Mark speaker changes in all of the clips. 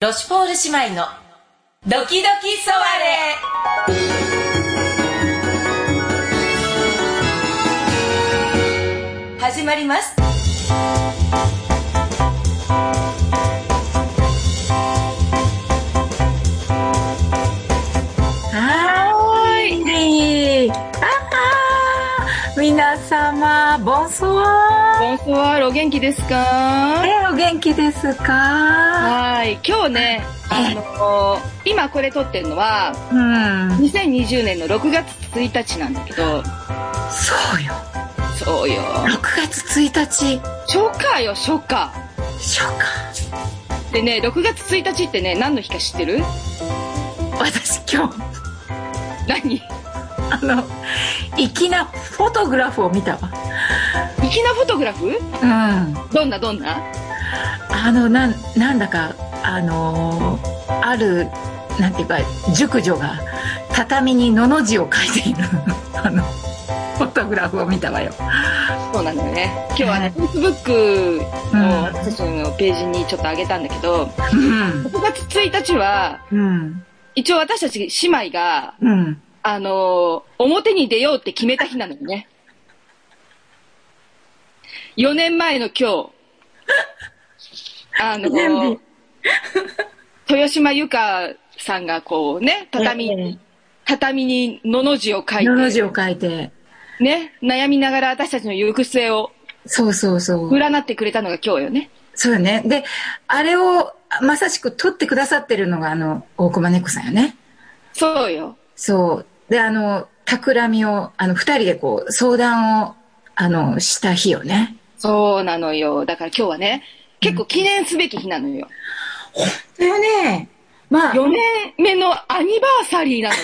Speaker 1: ロシュポール姉妹のドキドキソワレ始まります
Speaker 2: はーい。ああ、皆様、ボンソワ
Speaker 3: ボンソワールお元気です
Speaker 2: ー。
Speaker 3: か
Speaker 2: え、お元気ですか
Speaker 3: はい。今日ね、あの、今これ撮ってるのは、
Speaker 2: うん。
Speaker 3: 2020年の6月1日なんだけど、
Speaker 2: そうよ。
Speaker 3: そうよ。
Speaker 2: 6月1日、
Speaker 3: 初夏よ、初夏。
Speaker 2: 初夏。
Speaker 3: でね、6月1日ってね、何の日か知ってる
Speaker 2: 私今日、
Speaker 3: 何
Speaker 2: あの、粋なフォトグラフを見たわ。
Speaker 3: 粋なフォトグラフ
Speaker 2: うん。あ
Speaker 3: どんなどんな
Speaker 2: の、なん、なんだか、あのーある、なんていうか、熟女が、畳にのの字を書いている、 あの、フォトグラフを見たわよ。
Speaker 3: そうなんだよね。今日は
Speaker 2: はい
Speaker 3: ね、Facebook
Speaker 2: うん
Speaker 3: の私たちのページにちょっと上げたんだけど、
Speaker 2: うん。
Speaker 3: 6月1日は、
Speaker 2: うん。
Speaker 3: 一応私たち姉妹が、
Speaker 2: うん。
Speaker 3: あのー表に出ようって決めた日なのよね。4年前の 今日、あのー
Speaker 2: 記念日
Speaker 3: 豊島由香さんがこうね、畳
Speaker 2: え
Speaker 3: に、畳にのの字を書い
Speaker 2: のの字
Speaker 3: て、
Speaker 2: を書いて。
Speaker 3: ね、悩みながら私たちの行く末を
Speaker 2: そうそうそう。
Speaker 3: 占ってくれたのが今日よね。
Speaker 2: そうよね。で、あれを、まさしく撮ってくださってるのが、あの、大熊猫さんよね。
Speaker 3: そうよ。
Speaker 2: そう。で、あの、企みを、あの、二人でこう、相談を、あの、した日よね。
Speaker 3: そうなのよ。だから今日はね、結構記念すべき日なのよ。
Speaker 2: だよね。まあ、
Speaker 3: 4年目のアニバーサリーなのよ。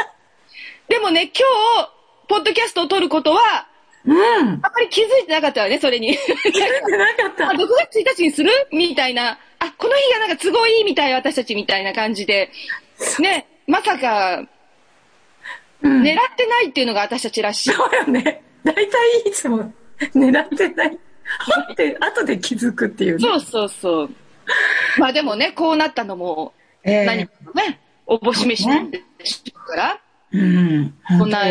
Speaker 3: でもね、今日、ポッドキャストを撮ることは、
Speaker 2: うん。
Speaker 3: あんまり気づいてなかったわね、それに。あ、6月1日にするみたいな。あ、この日がなんか都合いいみたい、私たちみたいな感じで。ね、まさか、
Speaker 2: うん
Speaker 3: 狙ってないっていうのが私たちらしい。
Speaker 2: そうよね。大体いつも狙ってない。はって、後で気づくっていうね。
Speaker 3: そうそうそう。まあでもね、こうなったのも、
Speaker 2: ええ
Speaker 3: 何かのね、おぼし飯なんでしょうから。
Speaker 2: うん。
Speaker 3: こんな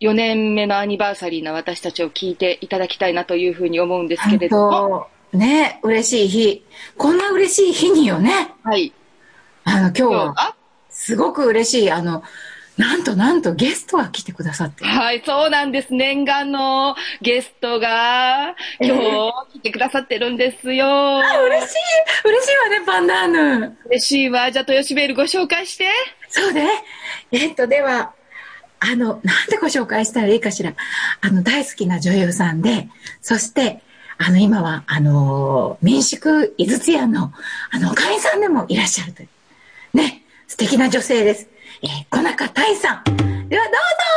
Speaker 3: 4年目のアニバーサリーな私たちを聞いていただきたいなというふうに思うんですけれども、
Speaker 2: 本当ね、嬉しい日。こんな嬉しい日によね。
Speaker 3: はい。
Speaker 2: あの、今日
Speaker 3: 今日
Speaker 2: は、
Speaker 3: は
Speaker 2: すごく嬉しい。あの、なんとなんとゲストが来てくださってる。
Speaker 3: はい、そうなんです。念願のゲストが今日来てくださってるんですよ。
Speaker 2: 嬉しい嬉しいわね、パンダーヌ。
Speaker 3: 嬉しいわ。じゃあ、豊島ベルご紹介して。
Speaker 2: そうね。えっと、では、あの、なんでご紹介したらいいかしら。あの、大好きな女優さんで、そして、あの、今は、あの、民宿井筒屋の、あの、おかみさんでもいらっしゃるという。ね、素敵な女性です。えー、小中大さん。では、どうぞおはようございます
Speaker 3: ようこ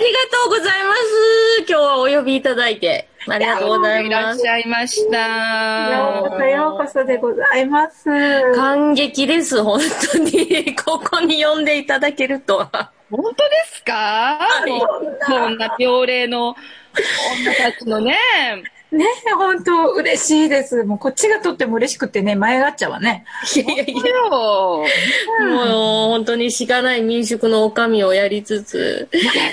Speaker 4: ありがとうございます。今日はお呼びいただいて。ありがとうござ
Speaker 3: そ
Speaker 4: い
Speaker 3: いら
Speaker 4: ま
Speaker 3: っ
Speaker 4: す
Speaker 3: し。ゃいました。
Speaker 2: ようこそようこそでございます。
Speaker 4: 感激です、本当に。 ここに呼んでいただけるとは。
Speaker 3: 本当ですかもうこんな病例の女たちのね、
Speaker 2: ねえ、本当嬉しいです。もうこっちがとっても嬉しくてね、前がっちゃうわね。
Speaker 4: いやいやいや
Speaker 3: いいよ。
Speaker 4: もう本当にしがない民宿の女将をやりつつ。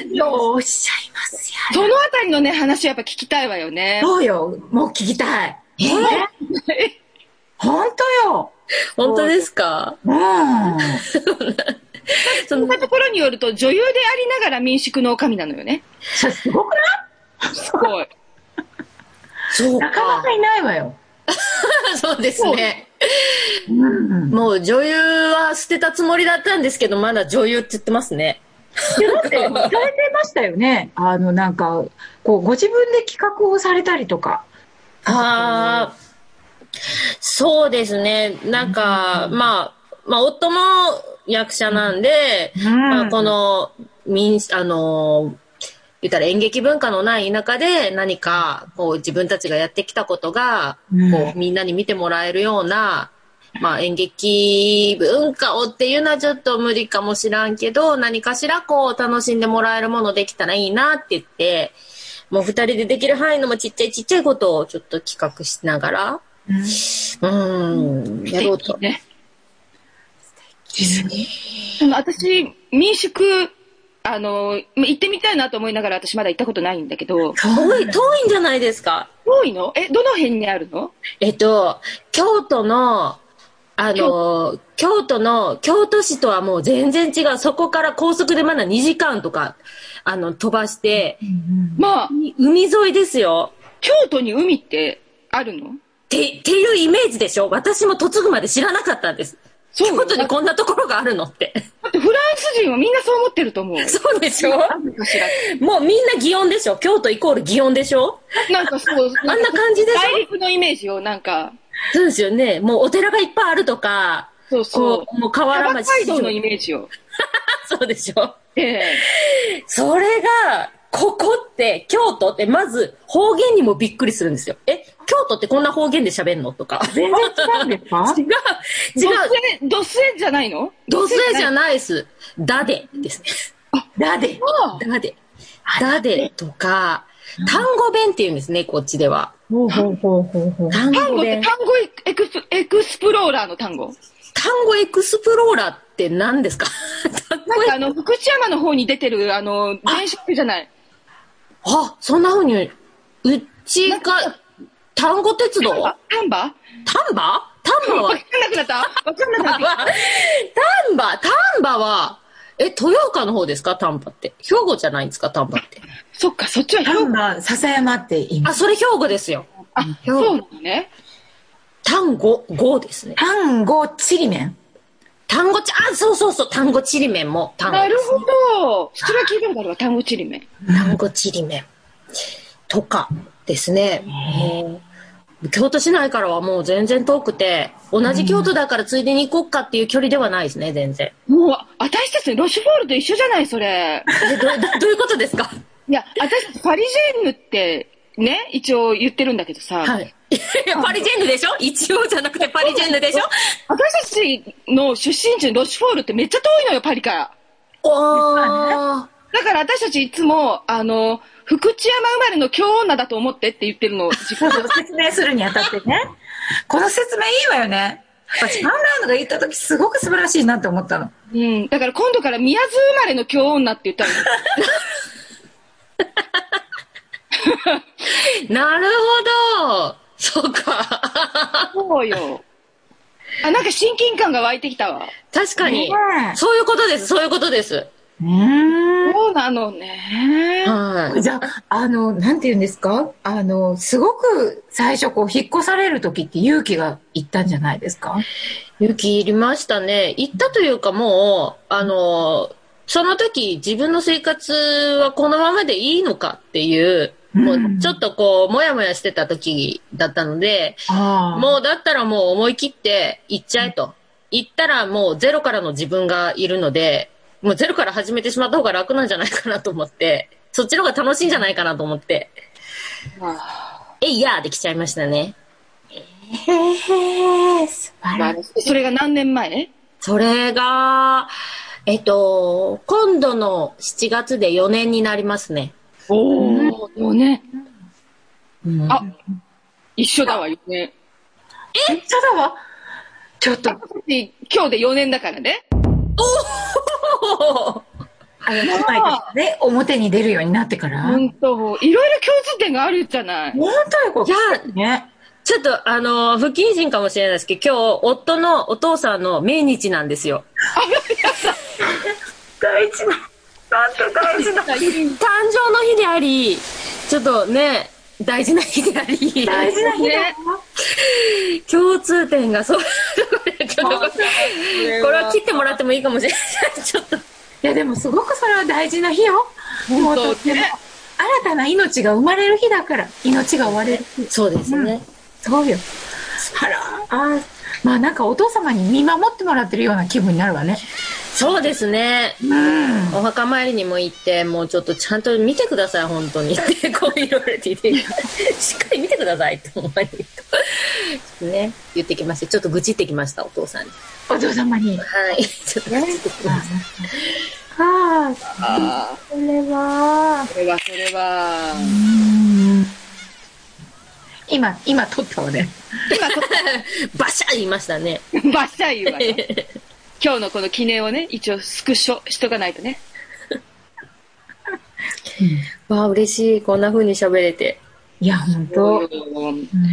Speaker 2: ようおっしゃいます
Speaker 3: そのあたりのね、話はやっぱ聞きたいわよね
Speaker 2: や。。どうよ、もう聞きたい。え本当よ。
Speaker 4: 本当ですか
Speaker 2: うん。
Speaker 4: その
Speaker 3: そんなところによると、女優でありながら民宿の女将なのよね。
Speaker 2: それすごくない
Speaker 3: すごい。
Speaker 4: そう
Speaker 2: なかな
Speaker 4: か
Speaker 2: か。いないわよ。
Speaker 4: そうですね。
Speaker 2: うん。
Speaker 4: もう女優は捨てたつもりだったんですけど、まだ女優って言ってますね。
Speaker 2: でだって、歌えてましたよね。あの、なんか、こう、ご自分で企画をされたりとか。
Speaker 4: ああ、そうですね。なんか、まあ、まあ、夫も役者なんで、
Speaker 2: うん
Speaker 4: まあ、この、民、あの、言ったら演劇文化のない田舎で何か、こう、自分たちがやってきたことが、
Speaker 2: うん
Speaker 4: こう、みんなに見てもらえるような、まあ、演劇文化をっていうのはちょっと無理かもしらんけど、何かしらこう、楽しんでもらえるものできたらいいなって言って、もう二人でできる範囲のもちっちゃいちっちゃいことをちょっと企画しながら、うん、やろうと。
Speaker 3: ね。
Speaker 2: 実に。
Speaker 3: でも私、民宿、あの、ま行ってみたいなと思いながら私まだ行ったことないんだけど、
Speaker 4: 遠い、遠いんじゃないですか
Speaker 3: 遠いのえ、どの辺にあるの
Speaker 4: えっと、京都の、あの、京都の、京都市とはもう全然違う。そこから高速でまだ2時間とか、あの、飛ばして、
Speaker 3: まあ、
Speaker 4: 海沿いですよ。
Speaker 3: 京都に海ってあるの
Speaker 4: て、っていうイメージでしょ私も嫁ぐまで知らなかったんです。
Speaker 3: そうよ
Speaker 4: 京都にこんなところがあるの って。
Speaker 3: だってフランス人はみんなそう思ってると思う。
Speaker 4: そうでしょ
Speaker 3: あるかしら
Speaker 4: もうみんな祇園でしょ京都イコール祇園でしょ
Speaker 3: なんかそう、
Speaker 4: あんな感じでしょ
Speaker 3: 大陸のイメージをなんか、
Speaker 4: そうですよね。もうお寺がいっぱいあるとか、
Speaker 3: そうそう
Speaker 4: こ。う、もう河
Speaker 3: 原
Speaker 4: 原町
Speaker 3: 街道のイメージを。
Speaker 4: そうでしょ
Speaker 3: ええ
Speaker 4: それが、ここって、京都って、まず方言にもびっくりするんですよ。え、京都ってこんな方言で喋んのとか。
Speaker 2: 全然違うんですか
Speaker 4: 違う、違う、
Speaker 3: う。ドスエじゃないの
Speaker 4: 土星じゃ
Speaker 3: ない。
Speaker 4: ないです。だでですね。
Speaker 2: だで。
Speaker 3: あ
Speaker 4: だで。だでとか、単語弁って言うんですね、こっちでは。
Speaker 2: ほうほうほうほうほう。
Speaker 4: 単
Speaker 3: 単
Speaker 4: 語
Speaker 3: 語って
Speaker 4: 弁。
Speaker 3: 単語エクスエクスプローラーの単語。
Speaker 4: 単語エクスプローラーって何ですか単語
Speaker 3: なん
Speaker 4: エ
Speaker 3: かあの、福知山の方に出てる、あの、電車じゃない。
Speaker 4: あ、そんな風に、うちが、単語鉄道
Speaker 3: あ、丹波
Speaker 4: 丹波丹波
Speaker 3: わ
Speaker 4: は
Speaker 3: かんなくなったわかん なくな っ
Speaker 4: 丹
Speaker 3: た。
Speaker 4: 波、丹波は、え、豊岡の方ですか丹波って。兵庫じゃないんですか丹波って。
Speaker 3: そっか、そっちは兵
Speaker 2: 丹
Speaker 3: 庫。
Speaker 2: 波、笹山って言いま
Speaker 4: あ、
Speaker 2: す。
Speaker 4: それ兵庫ですよ。
Speaker 3: あ、そうなのね。
Speaker 4: 単語、語ですね。
Speaker 2: 丹後ちりめん。
Speaker 4: 単語ち、あ、そうそうそう、単語ちりめんも単語
Speaker 3: な
Speaker 4: で
Speaker 3: る
Speaker 4: す、
Speaker 3: ほ
Speaker 4: ね。
Speaker 3: ど。それは聞いたことあるわ、単語ちりめん。
Speaker 4: 単語ちりめん。とかですね。もう京都市内からはもう全然遠くて、同じ京都だからついでに行こっかっていう距離ではないですね、全然。
Speaker 3: もう、あ私たちのロシュフォールと一緒じゃない、それ。
Speaker 4: えどどどういうことですか
Speaker 3: いや、私たちパリジェンヌって、ね、一応言ってるんだけどさ、
Speaker 4: はい。 いやパリジェンヌでしょ一応じゃなくてパリジェンヌで しょ
Speaker 3: 私たちの出身地のロシュフォールってめっちゃ遠いのよ、パリから。
Speaker 4: おー。
Speaker 3: だから私たちいつも、あの、福知山生まれの京女だと思ってって言ってる の、自
Speaker 2: そ
Speaker 3: 分
Speaker 2: うそう、説明するにあたってね。この説明いいわよね。私、パンラウンドが言った時すごく素晴らしいなって思ったの。
Speaker 3: うん。だから今度から宮津生まれの京女って言ったの。
Speaker 4: なるほど。そうか。
Speaker 3: そうよ。あ、なんか親近感が湧いてきたわ。
Speaker 4: 確かに
Speaker 2: ね。え
Speaker 4: そういうことです、そういうことです。
Speaker 2: う
Speaker 3: そうなのね。
Speaker 4: は
Speaker 2: ん。じゃあ、あの、なんて言うんですかあの、すごく最初、こう、引っ越される時って勇気がいったんじゃないですか
Speaker 4: い。勇気いりましたね。行ったというかもう、あの、その時自分の生活はこのままでいいのかっていう、もうちょっとこう、もやもやしてた時だったので、
Speaker 2: あ
Speaker 4: もうだったらもう思い切って行っちゃえと。行ったらもうゼロからの自分がいるので、もうゼロから始めてしまった方が楽なんじゃないかなと思って、そっちの方が楽しいんじゃないかなと思って、えいやーできちゃいましたね。
Speaker 3: まあそれが何年前
Speaker 4: それが、えっと、今度の7月で4年になりますね。
Speaker 3: おお、ね。
Speaker 4: うん
Speaker 3: あ、一緒だわ、4年。
Speaker 2: う。めっちゃだわ。ちょっと、
Speaker 3: で今日で4年だからね。
Speaker 2: あの、今言ったね、表に出るようになってから。本
Speaker 3: 本当いろいろ共通点があるじゃない。
Speaker 2: 当よ、こ
Speaker 4: いや
Speaker 2: う。ね。
Speaker 4: ちょっと、あのー不謹慎かもしれないですけど、今日、夫のお父さんの命日なんですよ。
Speaker 2: 大事な、なんと大事な。
Speaker 4: 誕生の日であり、ちょっとね、大事な日であり、
Speaker 2: 大事な日だ
Speaker 3: ね
Speaker 4: 共通点がそういうところで、ちょっと、これは切ってもらってもいいかもしれない。ちょっと、
Speaker 2: いや、でもすごくそれは大事な日よ。もう
Speaker 3: 当
Speaker 2: とっても。新たな命が生まれる日だから、命が終われる日。
Speaker 4: そうですね。
Speaker 2: そうよ。あら、あーまあなんかお父様に見守ってもらってるような気分になるわね。
Speaker 4: そうですね。
Speaker 2: うん。
Speaker 4: お墓参りにも行って、もうちょっとちゃんと見てください、本当に。 ってこう言われていて、しっかり見てくださいって思われると。ね、言ってきました。ちょっと愚痴ってきました、お父さんに。
Speaker 2: お父様に。
Speaker 4: はい。ちょっと愚痴ってき
Speaker 2: ま
Speaker 4: ま
Speaker 2: あ
Speaker 4: し
Speaker 2: ああ、
Speaker 3: あ
Speaker 2: これは
Speaker 3: あ、。それは、それは。
Speaker 2: うん今、今撮ったわね。
Speaker 4: バシャー言いましたね。
Speaker 3: バッサイ言うわよ。今日のこの記念をね、一応スクショしとかないとね。
Speaker 4: わあ、嬉しい。こんな風に喋れて。
Speaker 2: いや、本当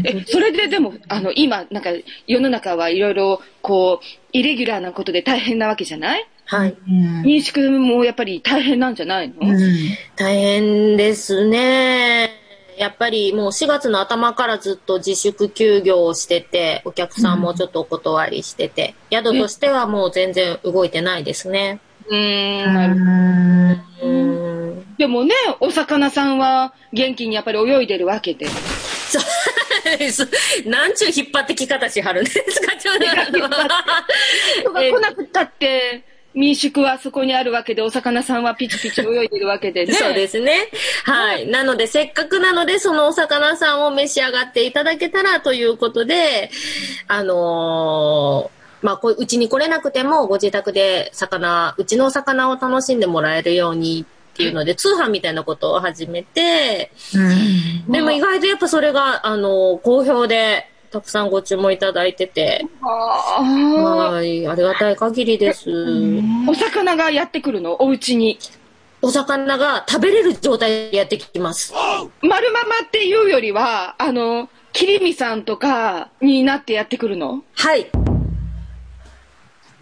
Speaker 3: え、それででも、あの、今、なんか、世の中はいろいろ、こう、イレギュラーなことで大変なわけじゃない
Speaker 4: はい。
Speaker 2: うん。
Speaker 3: 民宿もやっぱり大変なんじゃないの、
Speaker 2: うん
Speaker 4: 大変ですね。やっぱりもう4月の頭からずっと自粛休業をしてて、お客さんもちょっとお断りしてて、宿としてはもう全然動いてないですね。
Speaker 3: うーん、なるほど
Speaker 2: うん
Speaker 4: うー ん。
Speaker 3: でもね、お魚さんは元気にやっぱり泳いでるわけで。
Speaker 4: そうなんちゅう引っ張ってき方しはるんですか、長 男は。
Speaker 3: 人が 来なくったって、民宿はそこにあるわけで、お魚さんはピチピチ泳いでるわけでね。
Speaker 4: そうですね。はい。なので、せっかくなので、そのお魚さんを召し上がっていただけたらということで、あのーまあ、こううちに来れなくても、ご自宅で魚、うちのお魚を楽しんでもらえるようにっていうので、通販みたいなことを始めて、
Speaker 2: うん
Speaker 4: でも意外とやっぱそれが、あのー好評で、たくさんご注文いただいてて、
Speaker 3: あ
Speaker 4: はい、ありがたい限りです。
Speaker 3: ーお魚がやってくるのお家に。
Speaker 4: お魚が食べれる状態でやってきます。
Speaker 3: 丸ままっていうよりは、あの、キリミさんとかになってやってくるの
Speaker 4: はい。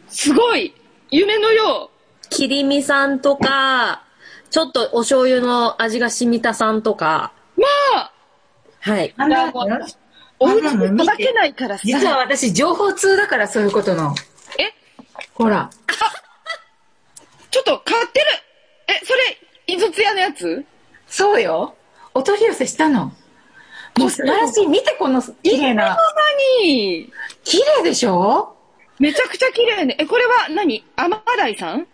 Speaker 3: すごい夢のよ
Speaker 4: 切り身さんとか、ちょっとお醤油の味が染みたさんとか、
Speaker 3: うまあ
Speaker 4: はい。
Speaker 2: あ
Speaker 3: な
Speaker 2: ら
Speaker 3: んかお家
Speaker 2: あんなの
Speaker 3: に
Speaker 2: 見て
Speaker 3: 届けないからさ。
Speaker 2: 実は私、情報通だから、そういうことの。
Speaker 3: え
Speaker 2: ほら。
Speaker 3: ちょっと買ってるえ、それ、井筒屋のやつ
Speaker 2: そうよ。お取り寄せしたの。もう素晴らしい。見て、この綺麗な。
Speaker 3: 何
Speaker 2: 綺麗でしょ
Speaker 3: めちゃくちゃ綺麗ね。え、これは何甘ダイさん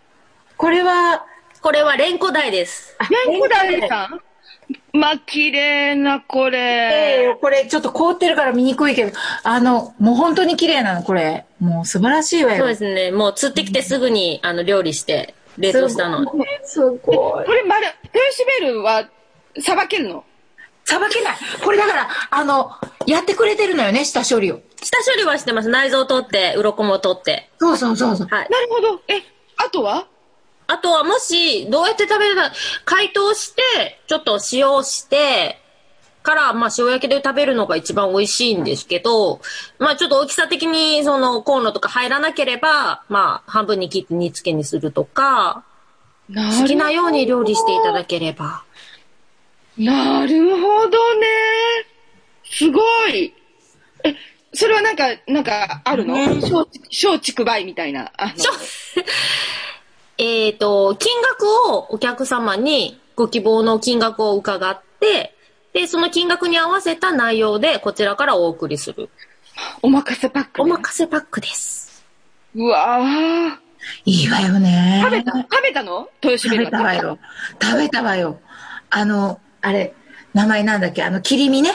Speaker 2: これは、
Speaker 4: これはレンコ鯛です。
Speaker 2: あ
Speaker 3: ヤンコダイさんまあ、綺麗な、こ
Speaker 2: ええ
Speaker 3: れ。
Speaker 2: よこれちょっと凍ってるから見にくいけど、あの、もう本当に綺麗なの、これ。もう素晴らしいわよ。
Speaker 4: そうですね。もう釣ってきてすぐに、あの、料理して、冷凍したの。
Speaker 2: すごい。
Speaker 3: これ、まる、フェイシベルは、さばけるの
Speaker 2: さばけない。これだから、あの、やってくれてるのよね、下処理を。
Speaker 4: 下処理はしてます。内臓取って、鱗も取って。
Speaker 2: そうそうそうそう。
Speaker 4: はい。
Speaker 3: なるほど。え、あとは
Speaker 4: あとはもし、どうやって食べれば、解凍して、ちょっと塩をして、から、まあ、塩焼きで食べるのが一番美味しいんですけど、まあ、ちょっと大きさ的に、その、コンロとか入らなければ、まあ、半分に切って煮付けにするとか、
Speaker 3: な
Speaker 4: 好きなように料理していただければ。
Speaker 3: なるほどね。すごい。え、それはなんか、なんか、あるの松松竹梅みたいな。あの
Speaker 4: えっ、と、金額をお客様にご希望の金額を伺って、で、その金額に合わせた内容でこちらからお送りする。
Speaker 3: おまかせパック
Speaker 4: お
Speaker 3: ね、
Speaker 4: 任せパック です。
Speaker 3: うわぁ。
Speaker 2: いいわよね。
Speaker 3: 食べた食べたの豊
Speaker 2: 食
Speaker 3: 島
Speaker 2: べたわよ。食べたわよ。あの、あれ、名前なんだっけあの、切り身ね。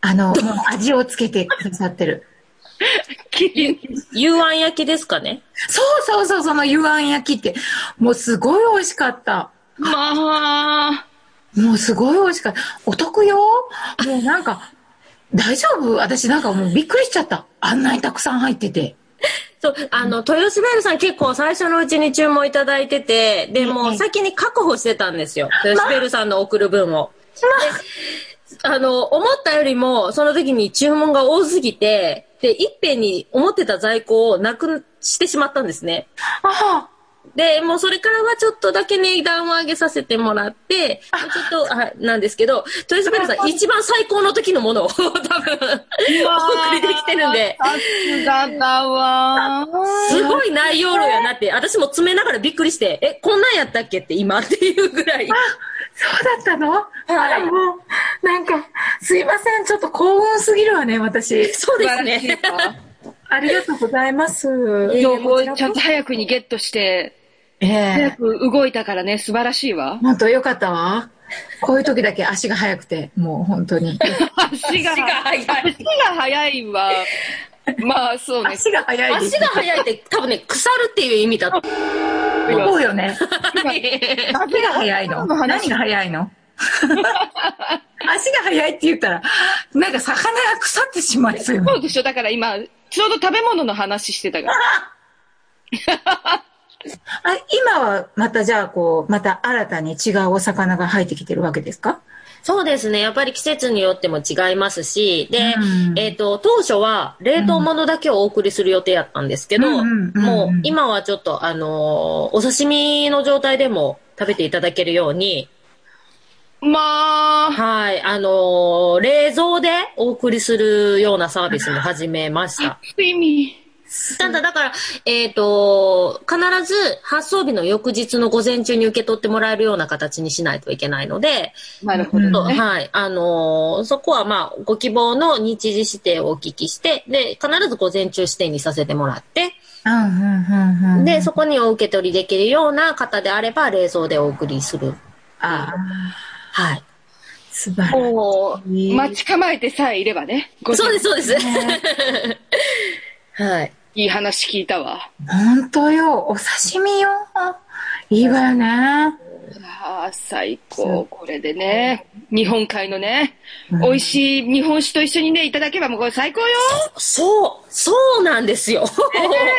Speaker 2: あの、もう味をつけてくださってる。
Speaker 3: キリン。
Speaker 4: 幽庵焼きですかね
Speaker 2: そうそうそう、その湯湾焼きって。もうすごい美味しかった。
Speaker 3: まあ、
Speaker 2: もうすごい美味しかった。お得よ。もうなんか、大丈夫私なんかもうびっくりしちゃった。あんなにたくさん入ってて。
Speaker 4: そう、あの、豊洲ベルさん結構最初のうちに注文いただいてて、で、もう先に確保してたんですよ。豊洲ベルさんの送る分を。であの、思ったよりも、その時に注文が多すぎて、で、いっぺんに思ってた在庫をなくしてしまったんですね。
Speaker 2: あ
Speaker 4: で、もうそれからはちょっとだけ値段を上げさせてもらって、ち ょっと、あ、なんですけど、豊洲ベルさん一番最高の時のものを多分、お送りできてるんで。
Speaker 3: さすがだわ
Speaker 4: すごい内容量やなって、私も詰めながらびっくりして、え、こんなんやったっけって今っていうぐらい。
Speaker 2: あ、そうだったの、あらもう、なんか、すいません。ちょっと幸運すぎるわね、私。
Speaker 4: そうで
Speaker 3: 素
Speaker 4: す
Speaker 3: 晴
Speaker 4: ね。
Speaker 3: らし
Speaker 2: ありがとうございます。
Speaker 3: いわ
Speaker 2: 情
Speaker 3: 情報をちゃんと早くにゲットして、
Speaker 2: え
Speaker 3: 早
Speaker 2: え
Speaker 3: く動いたからね、素晴らし いわ。
Speaker 2: 本当よかったわ。こういう時だけ足が速くて、もう本当に。
Speaker 3: 足が、
Speaker 4: 足が速い
Speaker 3: 足が速いわ。まあ、そうね。
Speaker 2: 足が速いで
Speaker 4: 足
Speaker 2: す。
Speaker 4: が速いって多分ね、腐るっていう意味だと。
Speaker 2: そうよね。
Speaker 4: に。
Speaker 2: 何が早いの何が早いの 足が早いって言ったら、なんか魚が腐ってしまいそうよね
Speaker 3: そうでしょだから今、ちょうど食べ物の話してたから。
Speaker 2: あ今はまたじゃあこう、また新たに違うお魚が入ってきてるわけですか
Speaker 4: そうですね。やっぱり季節によっても違いますし、で、
Speaker 2: うん
Speaker 4: えっ、と、当初は冷凍物だけをお送りする予定やったんですけど、
Speaker 2: うんうんうん
Speaker 4: もう今はちょっと、あのーお刺身の状態でも食べていただけるように、
Speaker 3: まあ、
Speaker 4: はい、あのー冷蔵でお送りするようなサービスも始めました。
Speaker 3: 意味。
Speaker 4: ただ、だから、えっ、と、必ず発送日の翌日の午前中に受け取ってもらえるような形にしないといけないので、
Speaker 3: なるほ
Speaker 4: ちょっと
Speaker 3: どね。
Speaker 4: はい。あのーそこはまあ、ご希望の日時指定をお聞きして、で、必ず午前中指定にさせてもらって、
Speaker 2: うんうんうんうん。
Speaker 4: で、そこにお受け取りできるような方であれば、冷蔵でお送りする。
Speaker 2: ああ、
Speaker 4: はい。
Speaker 2: 素晴らしい。
Speaker 3: こう、
Speaker 2: いい
Speaker 3: 待ち構えてさえいればね。
Speaker 4: そうです、そうです。
Speaker 2: ね
Speaker 4: はい。
Speaker 3: いい話聞いたわ。
Speaker 2: 本当よ、お刺身よ。いいわよね。
Speaker 3: ああ、最高。これでね、日本海のね、
Speaker 2: うん
Speaker 3: 美味しい日本酒と一緒にね、いただけばもうこれ最高よ。
Speaker 4: そう、そうなんですよ。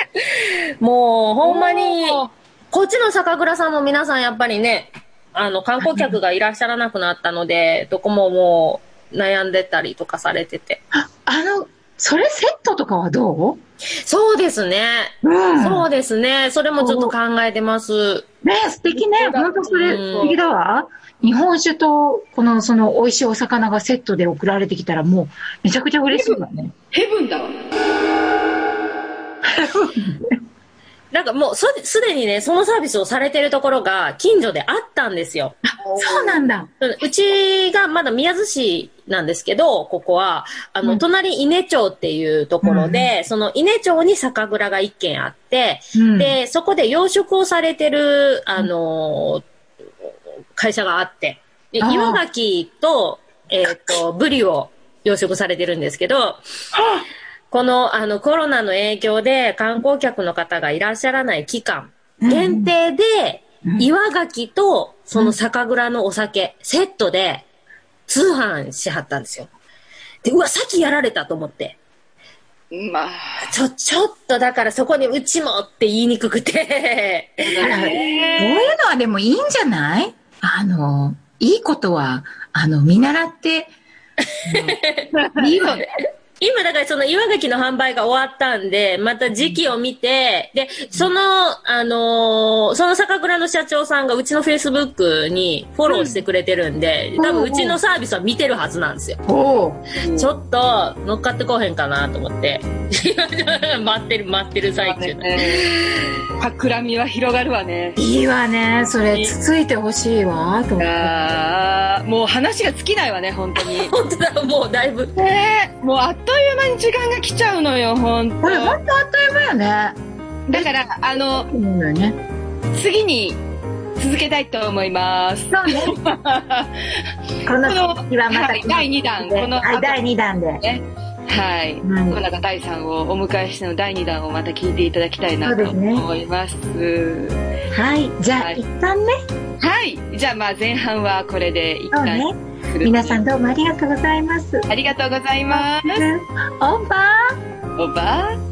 Speaker 4: もう、ほんまに、
Speaker 3: おー
Speaker 4: こっちの酒蔵さんも皆さんやっぱりね、あの、観光客がいらっしゃらなくなったので、どこももう悩んでたりとかされてて。
Speaker 2: あの、それセットとかはど
Speaker 4: そうですね。
Speaker 2: ううん。
Speaker 4: そうですね。それもちょっと考えてます。
Speaker 2: ね素敵ね。本当それ
Speaker 4: う
Speaker 2: 素
Speaker 4: ん
Speaker 2: 敵だわ。日本酒と、この、その、美味しいお魚がセットで送られてきたら、もう、めちゃくちゃ嬉しいわね。
Speaker 3: ヘブンだわ。
Speaker 4: なんかもうそ、すでにね、そのサービスをされてるところが近所であったんですよ。
Speaker 2: そうなんだ。
Speaker 4: うちがまだ宮津市なんですけど、ここは、あの、
Speaker 2: うん
Speaker 4: 隣稲町っていうところで、その稲町に酒蔵が一軒あって、
Speaker 2: うん、
Speaker 4: で、そこで養殖をされてる、あのー会社があって、で
Speaker 2: あー
Speaker 4: 岩牡蠣と、えっ、と、ブリを養殖されてるんですけど、この、あの、コロナの影響で観光客の方がいらっしゃらない期間、
Speaker 2: うん
Speaker 4: 限定で、
Speaker 2: うん
Speaker 4: 岩牡蠣と、その酒蔵のお酒、セットで、通販しはったんですよ。で、うわ、さっきやられたと思って。
Speaker 3: まあ、
Speaker 4: ちょ、ちょっとだからそこにうちもって言いにくくて。
Speaker 2: あらこういうのはでもいいんじゃないあの、いいことは、あの、見習って、あのいいわね。
Speaker 4: 今だからその岩牡蠣の販売が終わったんで、また時期を見て、で、その、あのーその酒蔵の社長さんがうちのフェイスブックにフォローしてくれてるんで、
Speaker 2: ん
Speaker 4: 多分うちのサービスは見てるはずなんですよ。
Speaker 2: おう
Speaker 4: ちょっと乗っかってこうへんかなと思って。 待ってる、待ってる最中だ。
Speaker 3: 企みは広がるわね。
Speaker 2: いいわね。それ、つついてほしいわ、と思って。
Speaker 3: あーもう話が尽きないわね、本当に。
Speaker 4: 本当だ、もうだいぶ。
Speaker 3: ねえもうあっという間に時間が来ちゃうのよ、本
Speaker 2: これ、ほ
Speaker 3: 当。
Speaker 2: んとあっという間よね。
Speaker 3: だから、あの、
Speaker 2: そうだよね。
Speaker 3: 次に続けたいと思います。
Speaker 2: そうね。この次はまた、
Speaker 3: はい第2弾、この、
Speaker 2: はい、第2弾で。
Speaker 3: はい。
Speaker 2: うん
Speaker 3: 小中大さんをお迎えしての第2弾をまた聞いていただきたいなと
Speaker 2: そうですね
Speaker 3: 思います。
Speaker 2: はい。じゃあ、
Speaker 3: はい
Speaker 2: 一旦ね、
Speaker 3: はい。じゃあまあ前半はこれで一
Speaker 2: そう
Speaker 3: 旦、
Speaker 2: ね。皆さんどうもありがとうございます。
Speaker 3: ありがとうございます。
Speaker 2: オンバー
Speaker 3: おばあ。